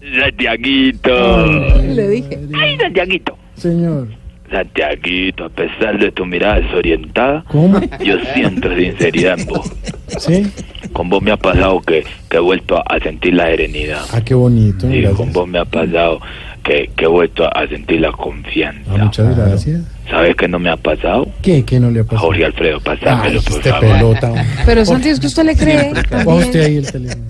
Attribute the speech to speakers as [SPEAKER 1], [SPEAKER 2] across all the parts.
[SPEAKER 1] Santiaguito.
[SPEAKER 2] Mm.
[SPEAKER 3] Le dije.
[SPEAKER 1] Ay, Santiaguito.
[SPEAKER 2] Señor.
[SPEAKER 1] Santiaguito, a pesar de tu mirada desorientada,
[SPEAKER 2] ¿Cómo?
[SPEAKER 1] yo siento sinceridad en vos.
[SPEAKER 2] ¿Sí?
[SPEAKER 1] Con vos me ha pasado que, que he vuelto a sentir la serenidad.
[SPEAKER 2] Ah, qué bonito.
[SPEAKER 1] Y
[SPEAKER 2] gracias.
[SPEAKER 1] con vos me ha pasado que, que he vuelto a sentir la confianza.
[SPEAKER 2] Ah, muchas gracias.
[SPEAKER 1] ¿Sabes qué no me ha pasado?
[SPEAKER 2] ¿Qué? ¿Qué no le ha
[SPEAKER 1] A
[SPEAKER 2] pasado?
[SPEAKER 1] Jorge Alfredo,
[SPEAKER 2] Ay,
[SPEAKER 1] pasámelo, por
[SPEAKER 2] este
[SPEAKER 1] favor.
[SPEAKER 2] pelota. hombre.
[SPEAKER 3] Pero Santi, es que usted le cree.
[SPEAKER 2] Ponga usted
[SPEAKER 3] también.
[SPEAKER 2] ahí el teléfono.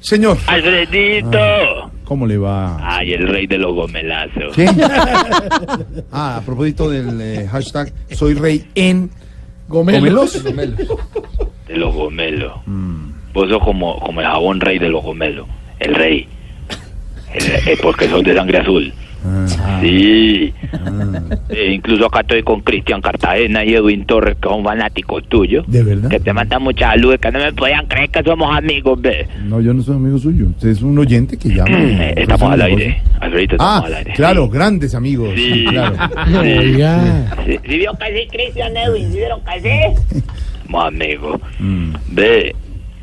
[SPEAKER 2] Señor.
[SPEAKER 1] ¡Alfredito!
[SPEAKER 4] ¿Cómo le va?
[SPEAKER 2] Ah.
[SPEAKER 1] Ay, el rey de los gomelazos.
[SPEAKER 4] ¿Qué? Ah, a propósito del eh, hashtag soy rey en
[SPEAKER 2] Gomelos.
[SPEAKER 4] Gomelos. Mm.
[SPEAKER 1] De los gomelos. Vos sos como, como el jabón rey de los gomelos. El rey. El- eh, porque sos de sangre azul.
[SPEAKER 4] Ah.
[SPEAKER 1] Sí. Eh, incluso acá estoy con Cristian Cartagena y Edwin Torres, que son fanáticos tuyos.
[SPEAKER 2] ¿De verdad?
[SPEAKER 1] Que te mandan muchas saludos, que no me podían creer que somos amigos, ve.
[SPEAKER 4] No, yo no soy amigo suyo. Usted es un oyente que llama. pues,
[SPEAKER 1] Eh, estamos al aire. Alfredito, estamos
[SPEAKER 4] Ah,
[SPEAKER 1] al aire.
[SPEAKER 4] claro, grandes amigos.
[SPEAKER 1] Sí.
[SPEAKER 4] Sí, claro.
[SPEAKER 1] Sí.
[SPEAKER 2] Oiga.
[SPEAKER 1] ¿Sí, sí vio que sí, Cristian Edwin? ¿Sí vieron que sí? Somos amigos.
[SPEAKER 4] Mm.
[SPEAKER 1] Ve,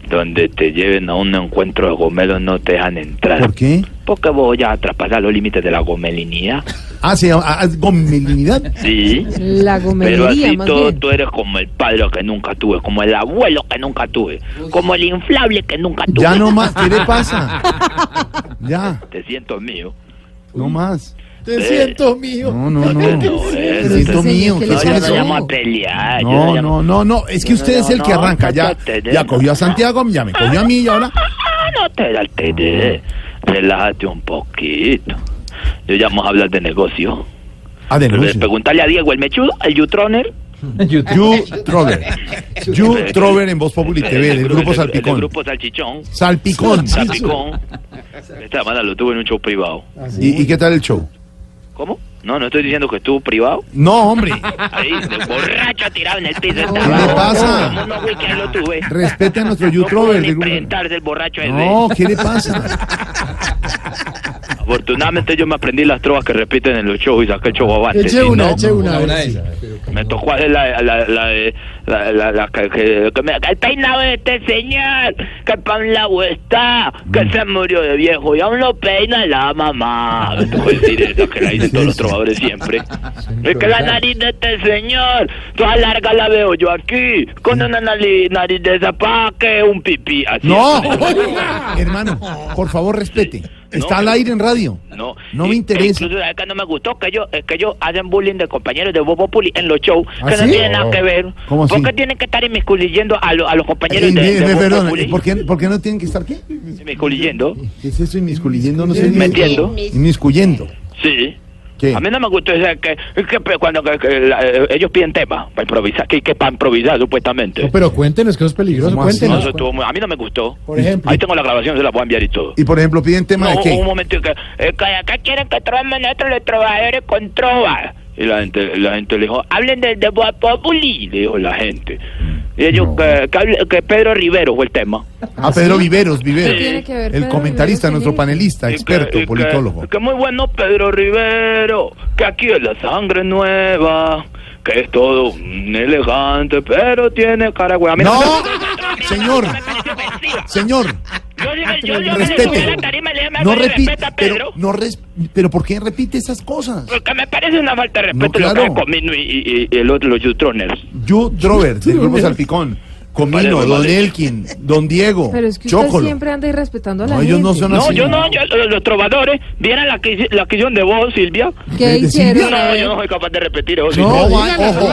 [SPEAKER 1] donde te lleven a un encuentro de gomelos no te dejan entrar.
[SPEAKER 4] ¿Por qué?
[SPEAKER 1] Porque vos ya traspasar los límites de la gomelinidad.
[SPEAKER 4] Ah, se llama ah, ah, gomelinidad.
[SPEAKER 1] Sí.
[SPEAKER 3] La
[SPEAKER 1] Pero
[SPEAKER 3] gomelería,
[SPEAKER 1] así
[SPEAKER 3] más
[SPEAKER 1] todo,
[SPEAKER 3] bien.
[SPEAKER 1] tú eres como el padre que nunca tuve, como el abuelo que nunca tuve, como el inflable que nunca tuve.
[SPEAKER 4] Ya no más. ¿Qué le pasa? Ya,
[SPEAKER 1] Te siento mío.
[SPEAKER 4] no más.
[SPEAKER 2] Te siento mío.
[SPEAKER 4] No, no, no.
[SPEAKER 1] eh,
[SPEAKER 4] Te
[SPEAKER 1] no
[SPEAKER 3] señor,
[SPEAKER 4] siento mío.
[SPEAKER 3] ¿qué le
[SPEAKER 4] ¿Qué
[SPEAKER 1] No, yo
[SPEAKER 4] es
[SPEAKER 1] no
[SPEAKER 3] pasa?
[SPEAKER 4] eso?
[SPEAKER 1] llamo a pelear. yo
[SPEAKER 4] No,
[SPEAKER 1] llamo-
[SPEAKER 4] no, no, no, es que
[SPEAKER 1] Yo no
[SPEAKER 4] usted es el
[SPEAKER 1] llamo-
[SPEAKER 4] que
[SPEAKER 1] no,
[SPEAKER 4] arranca, ya,
[SPEAKER 1] cállate, de-
[SPEAKER 4] ya cogió a Santiago, ya me cogió a mí y ahora...
[SPEAKER 1] Ah, no te alteres. Relájate un poquito. Yo llamo a hablar de negocio.
[SPEAKER 4] Ah, de negocio.
[SPEAKER 1] Preguntarle a Diego el mechudo, el Yutroner.
[SPEAKER 4] You Trover. You Trover en Voz Populi TV, del Grupo
[SPEAKER 1] El
[SPEAKER 4] Salpicón.
[SPEAKER 1] grupo Salchichón.
[SPEAKER 4] Salpicón.
[SPEAKER 1] Salpicón. Esta semana lo tuve en un show privado.
[SPEAKER 4] ¿Y, y qué tal el show?
[SPEAKER 1] ¿Cómo? No, no estoy diciendo que estuvo privado.
[SPEAKER 4] No, hombre.
[SPEAKER 1] Ahí, de borracho tirado en el piso.
[SPEAKER 4] ¿Qué le pasa?
[SPEAKER 1] No, lo tuve.
[SPEAKER 4] Respete a nuestro You
[SPEAKER 1] No pudo
[SPEAKER 4] Trover
[SPEAKER 1] ni
[SPEAKER 4] del grupo.
[SPEAKER 1] presentarse el borracho ese.
[SPEAKER 4] No, ¿qué le pasa?
[SPEAKER 1] Afortunadamente yo me aprendí las trovas que repiten en los shows y saqué el show avante.
[SPEAKER 2] Eche
[SPEAKER 1] Si
[SPEAKER 2] una,
[SPEAKER 1] no,
[SPEAKER 2] eche una. a ver si-
[SPEAKER 1] Me tocó hacer la, la, la, de- la, la, la que, que- que me- el peinado de este señor, que pa' un lado está, que se murió de viejo y aún lo peina la mamá. Me tocó decir eso que la dicen todos los trovadores siempre. Es que la nariz de este señor, toda larga la veo yo aquí, con una nariz, nariz de esa pa' que un pipí. Así
[SPEAKER 4] No,
[SPEAKER 1] es.
[SPEAKER 4] hermano, por favor, respete. Está al aire en radio.
[SPEAKER 1] No,
[SPEAKER 4] No
[SPEAKER 1] y-
[SPEAKER 4] me
[SPEAKER 1] e
[SPEAKER 4] interesa.
[SPEAKER 1] Incluso ¿sabes qué? no me gustó que ellos, es que ellos hacen bullying de compañeros de Bobo Populi en los shows
[SPEAKER 4] ¿Ah,
[SPEAKER 1] que no
[SPEAKER 4] sí?
[SPEAKER 1] tienen nada que ver.
[SPEAKER 4] ¿Cómo así?
[SPEAKER 1] ¿Por qué tienen que estar inmiscuyendo a, lo- a los compañeros
[SPEAKER 4] Eh,
[SPEAKER 1] de, de
[SPEAKER 4] eh,
[SPEAKER 1] Voz
[SPEAKER 4] perdón,
[SPEAKER 1] Populi?
[SPEAKER 4] ¿por qué, por qué no tienen que estar qué?
[SPEAKER 1] Inmiscuyendo.
[SPEAKER 4] ¿Qué es eso inmiscuyendo? No sé.
[SPEAKER 1] Metiendo.
[SPEAKER 4] Inmiscuyendo.
[SPEAKER 1] Sí.
[SPEAKER 4] ¿Qué?
[SPEAKER 1] A mí no me gustó ese que, que pe- cuando que- que la- eh, ellos piden temas para improvisar, que, que para improvisar supuestamente.
[SPEAKER 2] No, pero cuéntenos que eso es peligroso.
[SPEAKER 4] ¿Cómo así?
[SPEAKER 1] No,
[SPEAKER 2] Cuéntenos.
[SPEAKER 1] eso estuvo muy- a mí no me gustó.
[SPEAKER 2] Por ejemplo.
[SPEAKER 1] Ahí tengo la grabación, se la voy a enviar y todo.
[SPEAKER 4] Y por ejemplo, piden tema
[SPEAKER 1] No,
[SPEAKER 4] de
[SPEAKER 1] un
[SPEAKER 4] qué.
[SPEAKER 1] momento que, eh, que acá quieren que trobemos nosotros los trovadores con trova. Y la gente, la gente le dijo, hablen de, de Voz Populi, le dijo la gente. Y ellos,
[SPEAKER 4] No.
[SPEAKER 1] que, que, hable- que Pedro Rivero fue el tema.
[SPEAKER 4] A Pedro Viveros,
[SPEAKER 1] ¿Qué tiene
[SPEAKER 4] Viveros.
[SPEAKER 1] que
[SPEAKER 3] ver
[SPEAKER 4] El
[SPEAKER 3] Pedro
[SPEAKER 4] comentarista,
[SPEAKER 3] Viveros
[SPEAKER 4] nuestro
[SPEAKER 3] con él?
[SPEAKER 4] panelista,
[SPEAKER 1] Y que- y
[SPEAKER 4] experto,
[SPEAKER 1] que-
[SPEAKER 4] politólogo.
[SPEAKER 1] Que, muy bueno Pedro Rivero, que aquí es la sangre nueva, que es todo un elegante, pero tiene cara güey. A mí
[SPEAKER 4] No,
[SPEAKER 1] me-
[SPEAKER 4] señor.
[SPEAKER 1] me parece ofensiva.
[SPEAKER 4] Señor,
[SPEAKER 1] Yo, yo, yo, yo me le subí a
[SPEAKER 4] respete.
[SPEAKER 1] la tarima y le dije, "Me
[SPEAKER 4] No
[SPEAKER 1] hago el
[SPEAKER 4] repite,
[SPEAKER 1] respeto a Pedro".
[SPEAKER 4] pero, no res- pero ¿por qué repite esas cosas?
[SPEAKER 1] Porque me parece una falta de
[SPEAKER 4] No,
[SPEAKER 1] respeto
[SPEAKER 4] claro.
[SPEAKER 1] lo que comino y, y- y el otro, los Jutroners.
[SPEAKER 4] Yo, Drover, del grupo Salpicón, Comino,
[SPEAKER 1] Vale,
[SPEAKER 4] Don
[SPEAKER 1] vale.
[SPEAKER 4] Elkin, Don Diego,
[SPEAKER 3] Pero es que usted
[SPEAKER 4] Chocolo.
[SPEAKER 3] siempre anda irrespetando a la
[SPEAKER 4] No,
[SPEAKER 3] gente.
[SPEAKER 4] ellos no son
[SPEAKER 1] No,
[SPEAKER 4] así.
[SPEAKER 1] yo no, yo, los, los trovadores, ¿vieron la que, hice- la que hicieron de vos, Silvia?
[SPEAKER 3] ¿Qué
[SPEAKER 4] de- de
[SPEAKER 3] hicieron?
[SPEAKER 1] No,
[SPEAKER 3] A
[SPEAKER 1] yo
[SPEAKER 3] ver.
[SPEAKER 1] no soy capaz de repetir eso.
[SPEAKER 4] No,
[SPEAKER 1] Silvia.
[SPEAKER 4] Juan, ojo,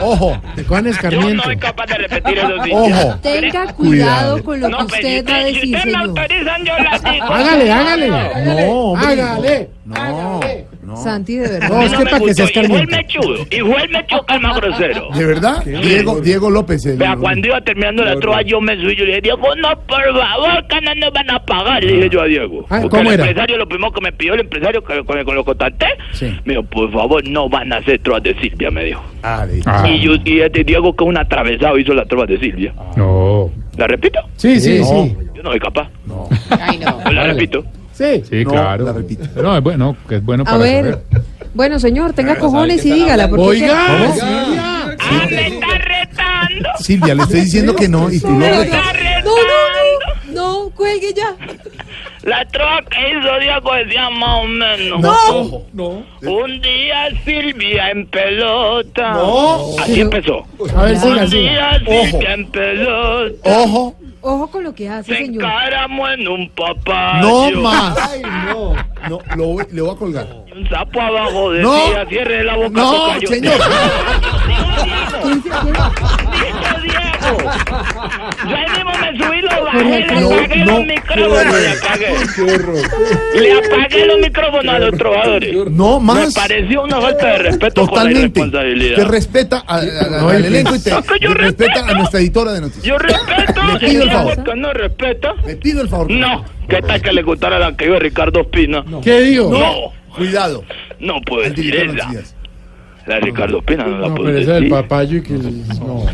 [SPEAKER 4] ojo,
[SPEAKER 2] De Juan
[SPEAKER 1] yo no
[SPEAKER 2] Escarmiento.
[SPEAKER 1] soy capaz de repetir eso. Silvia.
[SPEAKER 4] Ojo.
[SPEAKER 3] Tenga cuidado
[SPEAKER 4] Cuidado.
[SPEAKER 3] con lo
[SPEAKER 1] pero
[SPEAKER 3] que
[SPEAKER 1] si
[SPEAKER 3] usted va
[SPEAKER 1] usted-
[SPEAKER 3] a
[SPEAKER 1] Si
[SPEAKER 3] decir,
[SPEAKER 1] ustedes me
[SPEAKER 3] señor.
[SPEAKER 1] autorizan, yo la digo.
[SPEAKER 2] Hágale, hágale.
[SPEAKER 4] No, hombre.
[SPEAKER 2] Hágale.
[SPEAKER 4] No, no.
[SPEAKER 3] Santi, de
[SPEAKER 2] No,
[SPEAKER 3] verdad.
[SPEAKER 2] es que para que seas
[SPEAKER 1] Igual
[SPEAKER 2] caliente.
[SPEAKER 1] me chudo, igual me chudo, calma grosero.
[SPEAKER 4] ¿De verdad? Diego, Diego López. el-
[SPEAKER 1] Vea, cuando iba terminando la trova, yo me subí y le dije, Diego, no, por favor, que no nos van a pagar. Le dije yo a Diego.
[SPEAKER 2] Ah,
[SPEAKER 1] Porque
[SPEAKER 2] ¿cómo
[SPEAKER 1] el
[SPEAKER 2] era?
[SPEAKER 1] empresario, lo primero que me pidió el empresario que, con el que lo contacté,
[SPEAKER 4] Sí.
[SPEAKER 1] me dijo, por favor, no van a hacer trovas de Silvia, me dijo.
[SPEAKER 4] Ah, de-
[SPEAKER 1] Y, yo, y este Diego, que es un atravesado, hizo la trova de Silvia.
[SPEAKER 5] No.
[SPEAKER 1] ¿La repito?
[SPEAKER 2] Sí, sí,
[SPEAKER 4] No.
[SPEAKER 2] sí.
[SPEAKER 1] Yo no soy capaz.
[SPEAKER 4] No,
[SPEAKER 1] Pues la repito.
[SPEAKER 2] Sí.
[SPEAKER 5] Sí,
[SPEAKER 4] No,
[SPEAKER 5] claro.
[SPEAKER 4] la repite.
[SPEAKER 5] Pero no, es bueno, que es bueno
[SPEAKER 3] A
[SPEAKER 5] para
[SPEAKER 3] ver.
[SPEAKER 5] saber.
[SPEAKER 3] Bueno, señor, tenga cojones y dígala. porque
[SPEAKER 2] Oiga.
[SPEAKER 3] es que-
[SPEAKER 2] Silvia.
[SPEAKER 1] ¡Ah, me está retando!
[SPEAKER 4] Silvia, le estoy diciendo que no y tú lo
[SPEAKER 3] Pero
[SPEAKER 4] retas.
[SPEAKER 3] ya- No, no, no. No, cuelgue ya.
[SPEAKER 1] La trova que hizo Diego decía más o menos.
[SPEAKER 2] No, no.
[SPEAKER 1] Un día Silvia en pelota.
[SPEAKER 2] No.
[SPEAKER 1] Así empezó.
[SPEAKER 2] A ver, siga,
[SPEAKER 1] Un
[SPEAKER 2] siga.
[SPEAKER 1] día Silvia
[SPEAKER 2] Ojo,
[SPEAKER 1] en pelota.
[SPEAKER 2] ojo,
[SPEAKER 3] Ojo con lo que hace,
[SPEAKER 1] Se
[SPEAKER 3] señor.
[SPEAKER 1] encaramó en un
[SPEAKER 2] no
[SPEAKER 1] papayo.
[SPEAKER 2] más.
[SPEAKER 4] Ay, no. No, lo voy- le voy a colgar.
[SPEAKER 1] Y Un sapo abajo decía,
[SPEAKER 2] No.
[SPEAKER 1] cierre la boca.
[SPEAKER 2] No,
[SPEAKER 1] tocayo".
[SPEAKER 2] señor.
[SPEAKER 3] ¿Quién se- quién-
[SPEAKER 1] Dijo Diego. Yo ahí mismo me subí, lo bajé, le
[SPEAKER 2] No,
[SPEAKER 1] apagué
[SPEAKER 2] no,
[SPEAKER 1] los micrófonos, le apagué.
[SPEAKER 4] Qué horror.
[SPEAKER 1] Le apagué los micrófonos a los trovadores.
[SPEAKER 4] No
[SPEAKER 1] Me
[SPEAKER 4] más.
[SPEAKER 1] pareció una falta de respeto
[SPEAKER 4] Totalmente.
[SPEAKER 1] con la
[SPEAKER 4] Te
[SPEAKER 1] irresponsabilidad.
[SPEAKER 4] respeta a- a- a-
[SPEAKER 2] No,
[SPEAKER 4] al
[SPEAKER 2] y-
[SPEAKER 4] elenco y te,
[SPEAKER 1] No, que yo
[SPEAKER 4] y respeta
[SPEAKER 1] respeto.
[SPEAKER 4] a nuestra editora de noticias.
[SPEAKER 1] Yo respeto,
[SPEAKER 4] Le
[SPEAKER 1] el
[SPEAKER 4] pido el
[SPEAKER 1] diablo
[SPEAKER 4] favor.
[SPEAKER 1] que no respeta.
[SPEAKER 4] Le pido el favor.
[SPEAKER 1] No, ¿qué tal que le gustara la que iba Ricardo Espina? No,
[SPEAKER 2] ¿Qué digo?
[SPEAKER 1] no,
[SPEAKER 4] Cuidado.
[SPEAKER 1] puedo
[SPEAKER 4] Al
[SPEAKER 1] decir
[SPEAKER 4] director de
[SPEAKER 1] esa.
[SPEAKER 4] noticias.
[SPEAKER 1] La de Ricardo Espina no pues, la
[SPEAKER 2] No,
[SPEAKER 1] puedo
[SPEAKER 2] pero esa del
[SPEAKER 1] decir.
[SPEAKER 2] papayo y que... el- No,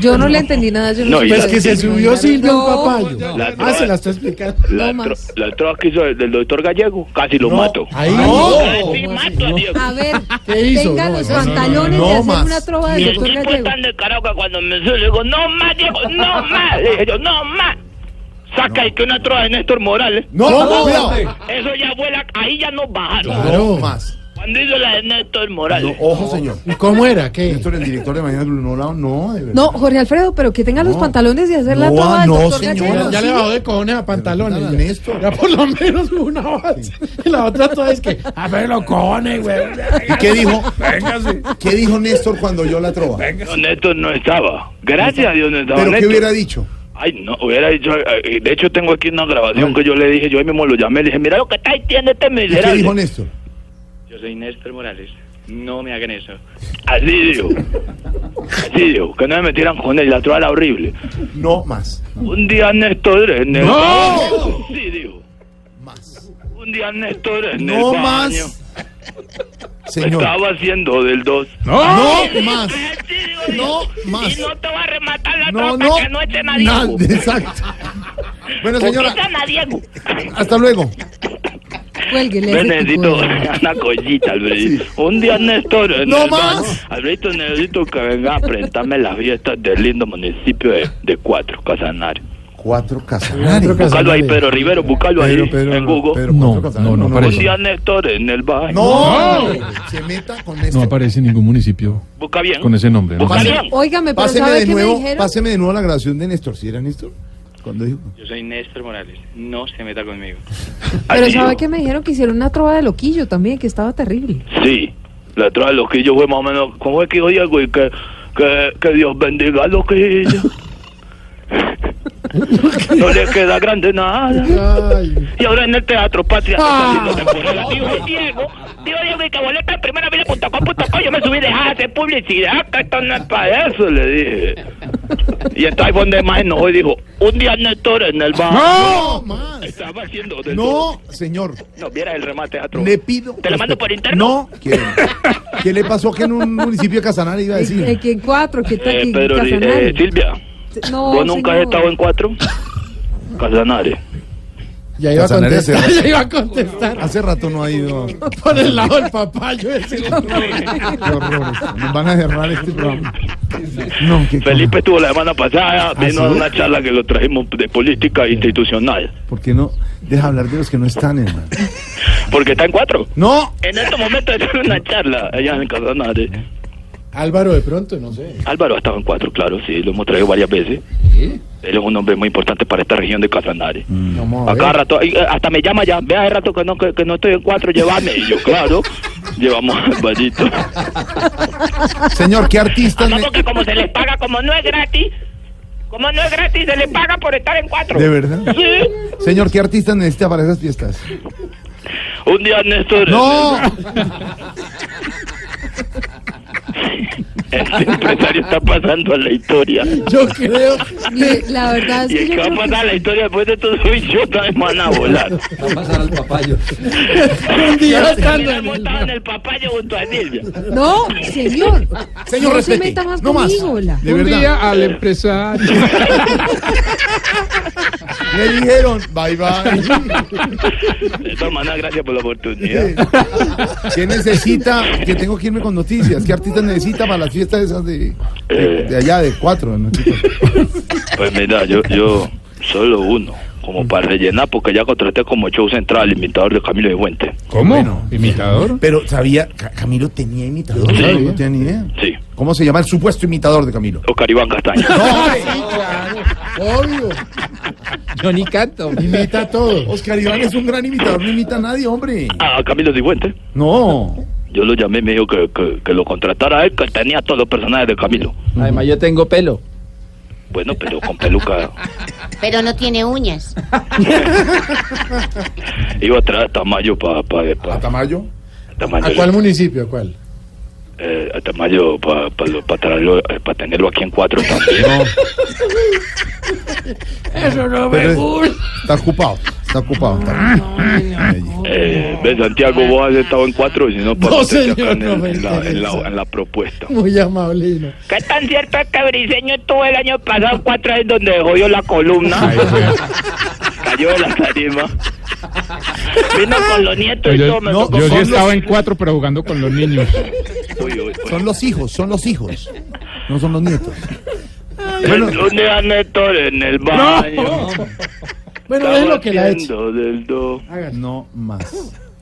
[SPEAKER 3] Yo no le entendí nada. Yo
[SPEAKER 1] pues, No,
[SPEAKER 3] no, sé
[SPEAKER 1] y
[SPEAKER 3] qué
[SPEAKER 2] Pues que se
[SPEAKER 3] decir.
[SPEAKER 2] subió Silvia a un
[SPEAKER 3] No,
[SPEAKER 2] papayo.
[SPEAKER 1] La-
[SPEAKER 2] Ah, se la está explicando.
[SPEAKER 1] La,
[SPEAKER 3] No
[SPEAKER 1] tro-
[SPEAKER 3] más.
[SPEAKER 1] la trova que hizo el- del doctor Gallego, casi lo mato.
[SPEAKER 2] Ahí
[SPEAKER 1] No, sí,
[SPEAKER 2] no.
[SPEAKER 1] mato a Diego.
[SPEAKER 3] A ver,
[SPEAKER 2] ¿Qué hizo?
[SPEAKER 3] tenga
[SPEAKER 2] No,
[SPEAKER 3] los
[SPEAKER 2] no, no, no,
[SPEAKER 3] pantalones
[SPEAKER 4] no
[SPEAKER 3] de hacer
[SPEAKER 4] más.
[SPEAKER 3] una
[SPEAKER 1] Y
[SPEAKER 3] trova del
[SPEAKER 1] el
[SPEAKER 3] doctor
[SPEAKER 1] tipo es
[SPEAKER 3] Gallego.
[SPEAKER 1] tan descarado que cuando me sube, le digo, no más, Diego, no más. Le dije yo, no más. Saca el que una trova de Néstor Morales.
[SPEAKER 4] No,
[SPEAKER 2] ¿Cómo?
[SPEAKER 4] cuidado.
[SPEAKER 1] Eso ya vuela, ahí ya nos bajaron.
[SPEAKER 4] No
[SPEAKER 2] Claro.
[SPEAKER 4] más.
[SPEAKER 1] Cuando hizo la de Néstor Morales.
[SPEAKER 4] Ojo, señor.
[SPEAKER 2] ¿Y cómo era? ¿Qué?
[SPEAKER 4] Esto era el director de Mañana Blue. No, no, no, de verdad.
[SPEAKER 3] No, Jorge Alfredo, pero que tenga los
[SPEAKER 4] No.
[SPEAKER 3] pantalones de hacer la
[SPEAKER 4] No,
[SPEAKER 3] trova del
[SPEAKER 4] no,
[SPEAKER 3] doctor
[SPEAKER 4] señora,
[SPEAKER 3] Gallego.
[SPEAKER 2] Ya
[SPEAKER 3] ¿sí?
[SPEAKER 2] le bajó de cojones a pantalones.
[SPEAKER 4] Pero,
[SPEAKER 2] ya.
[SPEAKER 4] Néstor.
[SPEAKER 2] Ya por lo menos una base. Y la otra toda es que, a ver los cojones, güey.
[SPEAKER 4] ¿Y qué dijo? ¿Qué dijo Néstor cuando oyó la trova?
[SPEAKER 1] No, Néstor no estaba. Gracias a Dios no estaba.
[SPEAKER 4] ¿Pero qué
[SPEAKER 1] Néstor.
[SPEAKER 4] hubiera dicho?
[SPEAKER 1] Ay, no, hubiera dicho. eh, De hecho, tengo aquí una grabación que yo le dije. Yo ahí mismo lo llamé. Le dije, mira lo que está diciendo este
[SPEAKER 4] ¿Y qué dijo
[SPEAKER 1] miserable.
[SPEAKER 4] Néstor?
[SPEAKER 1] Yo soy Néstor Morales. No me hagan eso. Así dijo. Así dijo. Que no me metieran con él. La trova era horrible.
[SPEAKER 4] No más.
[SPEAKER 1] Un día Néstor en el
[SPEAKER 2] ¡No!
[SPEAKER 1] baño. Sí, dijo.
[SPEAKER 4] Más.
[SPEAKER 1] Un día Néstor en el
[SPEAKER 4] No
[SPEAKER 1] baño.
[SPEAKER 4] más. Señor.
[SPEAKER 1] Estaba haciendo del 2.
[SPEAKER 4] No más.
[SPEAKER 1] No
[SPEAKER 4] más.
[SPEAKER 1] Y no te va a rematar la
[SPEAKER 4] No,
[SPEAKER 1] trova
[SPEAKER 4] no.
[SPEAKER 1] que no Pues, echen a
[SPEAKER 4] Nada,
[SPEAKER 1] Diego.
[SPEAKER 4] exacto. Bueno,
[SPEAKER 1] Porque
[SPEAKER 4] señora,
[SPEAKER 1] echan a Diego.
[SPEAKER 4] hasta luego.
[SPEAKER 3] Cuélguele.
[SPEAKER 1] Yo
[SPEAKER 3] ese
[SPEAKER 1] necesito
[SPEAKER 3] tipo de-
[SPEAKER 1] una collita, Alfredito. Un día, Néstor. en
[SPEAKER 4] ¡No
[SPEAKER 1] el baño,
[SPEAKER 4] más!
[SPEAKER 1] Alfredito, necesito que venga a presentarme las fiestas del lindo municipio de, de Cuatro, Casanare.
[SPEAKER 4] Cuatro Casanare.
[SPEAKER 1] Buscalo ahí, Pedro Rivero, buscalo ahí en Google.
[SPEAKER 4] Pedro,
[SPEAKER 5] No,
[SPEAKER 4] cuatro Casanare.
[SPEAKER 5] no, no
[SPEAKER 1] Un
[SPEAKER 5] aparece.
[SPEAKER 1] día, Néstor, en el baño.
[SPEAKER 4] No, se meta con
[SPEAKER 5] No
[SPEAKER 4] Néstor.
[SPEAKER 5] aparece en ningún municipio
[SPEAKER 1] Busca bien.
[SPEAKER 5] con ese nombre. ¿no?
[SPEAKER 1] Busca
[SPEAKER 4] Pase.
[SPEAKER 1] bien.
[SPEAKER 3] Óigame, pero
[SPEAKER 4] Páseme
[SPEAKER 3] ¿sabe
[SPEAKER 4] de
[SPEAKER 3] qué me
[SPEAKER 4] nuevo,
[SPEAKER 3] dijeron?
[SPEAKER 4] páseme de nuevo la grabación de Néstor. ¿Sí era Néstor? Cuando dijo.
[SPEAKER 6] Yo soy Néstor Morales. No se meta conmigo.
[SPEAKER 3] Pero
[SPEAKER 1] Así
[SPEAKER 3] ¿sabe
[SPEAKER 1] dijo.
[SPEAKER 3] qué me dijeron? Que hicieron una trova de loquillo también, que estaba terrible.
[SPEAKER 1] Sí, la trova de loquillo fue más o menos. ¿Cómo es que dijo Diego? Y que, que, que Dios bendiga a loquillo. no le queda grande nada.
[SPEAKER 2] Ay,
[SPEAKER 1] Y ahora en el Teatro Patria
[SPEAKER 2] Ah.
[SPEAKER 1] está haciendo temporada. Dijo Diego, dijo Diego, y que boleta en primera fila.com.co. Yo me subí, dejá de hacer publicidad, que esto no es para eso, le dije. Y entonces ahí fue donde más enojó y dijo, un día Néstor en el bar.
[SPEAKER 4] No más.
[SPEAKER 1] Estaba haciendo de todo.
[SPEAKER 4] No, señor.
[SPEAKER 1] No, viera el remate a
[SPEAKER 4] Le pido.
[SPEAKER 1] Te la mando por interno.
[SPEAKER 4] No, quiero. ¿Qué le pasó que en un municipio de Casanare iba a
[SPEAKER 3] Eh,
[SPEAKER 4] decir?
[SPEAKER 3] eh, que en cuatro, que está aquí
[SPEAKER 1] Eh,
[SPEAKER 3] en
[SPEAKER 1] Pedro, Ri-
[SPEAKER 3] Casanare.
[SPEAKER 1] eh, Silvia,
[SPEAKER 3] No,
[SPEAKER 1] ¿vos nunca has
[SPEAKER 3] señor.
[SPEAKER 1] estado en cuatro? Casanare.
[SPEAKER 2] ya iba a
[SPEAKER 4] Casanare
[SPEAKER 2] contestar.
[SPEAKER 4] se
[SPEAKER 2] Ya iba a contestar.
[SPEAKER 4] Hace rato no ha ido.
[SPEAKER 2] Por el lado del papayo ese.
[SPEAKER 4] Qué horror esto. Nos van a cerrar este programa. No, qué
[SPEAKER 1] Felipe estuvo la semana pasada,
[SPEAKER 4] ¿sí?
[SPEAKER 1] vino a una charla que lo trajimos de política institucional.
[SPEAKER 4] cosa. ¿Por qué no? Deja hablar de los que no están, hermano.
[SPEAKER 1] Porque está en cuatro.
[SPEAKER 4] No.
[SPEAKER 1] En estos momentos está en una charla allá en Casanare.
[SPEAKER 2] Álvaro, de pronto, no sé.
[SPEAKER 1] Álvaro ha estado en cuatro, claro, sí, lo hemos traído varias veces. Él es un hombre muy importante para esta región de Casanare.
[SPEAKER 2] Vamos Mm. a
[SPEAKER 1] A cada
[SPEAKER 2] ver.
[SPEAKER 1] rato, y, eh, hasta me llama ya, ve hace rato que no, que, que no estoy en cuatro, llévame. Y yo, claro, llevamos al Alvarito.
[SPEAKER 4] Señor, ¿qué artistas?
[SPEAKER 1] Ah, No,
[SPEAKER 4] me-
[SPEAKER 1] porque como se les paga, como no es gratis, como no es gratis, se les paga por estar en cuatro.
[SPEAKER 4] ¿De verdad?
[SPEAKER 1] Sí.
[SPEAKER 4] Señor, ¿qué artistas necesita para esas fiestas?
[SPEAKER 1] Un día Néstor
[SPEAKER 4] ¡No!
[SPEAKER 1] este empresario está pasando a la historia.
[SPEAKER 2] Yo creo.
[SPEAKER 3] Mire, la verdad es
[SPEAKER 1] Y
[SPEAKER 3] que
[SPEAKER 1] el
[SPEAKER 3] yo
[SPEAKER 1] que va a
[SPEAKER 3] creo
[SPEAKER 1] pasar a
[SPEAKER 3] que...
[SPEAKER 1] la historia después de todo soy yo, también me van a volar.
[SPEAKER 2] Un día estando
[SPEAKER 1] Terminamos
[SPEAKER 2] en el-
[SPEAKER 1] montados en el papayo junto a Silvia.
[SPEAKER 3] No, señor.
[SPEAKER 4] Señor,
[SPEAKER 3] no
[SPEAKER 4] respete.
[SPEAKER 3] se meta más
[SPEAKER 4] No más.
[SPEAKER 3] conmigo, la-
[SPEAKER 4] De
[SPEAKER 2] un
[SPEAKER 4] verdad.
[SPEAKER 2] día al empresario.
[SPEAKER 4] Le dijeron, bye bye.
[SPEAKER 1] De todas maneras, gracias por la oportunidad.
[SPEAKER 4] ¿Qué necesita? Que tengo que irme con noticias. ¿Qué artistas necesita para las fiestas esas de, de,
[SPEAKER 1] Eh,
[SPEAKER 4] de allá, de cuatro? ¿no, chicos?
[SPEAKER 1] pues mira, yo, yo solo uno. como para rellenar, porque ya contraté como show central, imitador de Camilo de Fuente.
[SPEAKER 5] ¿Cómo?
[SPEAKER 4] Bueno.
[SPEAKER 5] ¿Imitador?
[SPEAKER 4] Pero sabía, Ca- Camilo tenía imitador.
[SPEAKER 1] Sí.
[SPEAKER 4] ¿sabes? No tenía ni idea.
[SPEAKER 1] Sí,
[SPEAKER 4] ¿Cómo se llama el supuesto imitador de Camilo?
[SPEAKER 1] Oscar Iván Castaño.
[SPEAKER 2] Obvio.
[SPEAKER 5] Yo ni canto.
[SPEAKER 2] Imita todo.
[SPEAKER 4] Oscar Iván es un gran imitador, no imita a nadie, hombre.
[SPEAKER 1] A Ah, Camilo de Fuente.
[SPEAKER 4] No.
[SPEAKER 1] Yo lo llamé y me dijo que, que- que lo contratara a él, que tenía todos los personajes de Camilo.
[SPEAKER 5] Además, yo tengo pelo.
[SPEAKER 1] Bueno, pero con peluca
[SPEAKER 7] Pero no tiene uñas.
[SPEAKER 1] iba a traer a Tamayo para... Pa, pa-
[SPEAKER 4] ¿A Tamayo?
[SPEAKER 1] Tamayo,
[SPEAKER 2] ¿A cuál municipio? ¿A cuál?
[SPEAKER 1] eh, a Tamayo para traerlo, eh, pa tenerlo aquí en cuatro también.
[SPEAKER 2] Eso no
[SPEAKER 4] Pero es- está ocupado, está ocupado. está-
[SPEAKER 1] Eh, ¿Ves, Santiago, vos has estado en cuatro? Si no,
[SPEAKER 2] No,
[SPEAKER 1] para
[SPEAKER 2] señor,
[SPEAKER 1] en,
[SPEAKER 2] no me
[SPEAKER 1] en la, en, la,
[SPEAKER 2] interesa.
[SPEAKER 1] en la propuesta.
[SPEAKER 2] Muy amable. y no.
[SPEAKER 1] ¿Qué tan cierto es que Briseño tuvo el año pasado cuatro años donde dejó yo la columna? Cayó de la tarima. Vino con los nietos y todo. Me
[SPEAKER 4] no,
[SPEAKER 1] tocó
[SPEAKER 5] Yo sí
[SPEAKER 4] Son
[SPEAKER 5] estaba en cuatro, pero jugando con los niños.
[SPEAKER 1] Uy, uy, uy.
[SPEAKER 4] Son los hijos, son los hijos. No son los nietos.
[SPEAKER 1] El lunes a Néstor en el baño.
[SPEAKER 2] Bueno,
[SPEAKER 1] Estaba
[SPEAKER 2] es lo que la he hecho.
[SPEAKER 1] haciendo del do.
[SPEAKER 4] No más.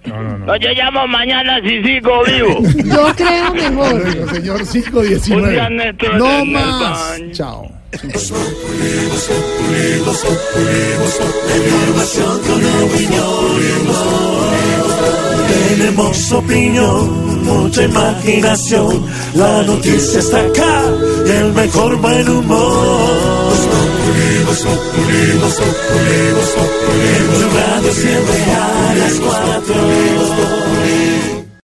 [SPEAKER 5] No, no,
[SPEAKER 1] No, yo llamo mañana si sigo vivo.
[SPEAKER 3] Yo creo mejor.
[SPEAKER 4] Bueno, señor
[SPEAKER 1] Un día
[SPEAKER 4] 519.
[SPEAKER 1] Néstor
[SPEAKER 4] No
[SPEAKER 1] en el
[SPEAKER 4] más.
[SPEAKER 1] baño.
[SPEAKER 4] Chao.
[SPEAKER 8] Tenemos opinión, mucha imaginación. La noticia está acá y el mejor buen humor. Los populimos, populimos, populimos, populimos. Tu radio siempre a las cuatro.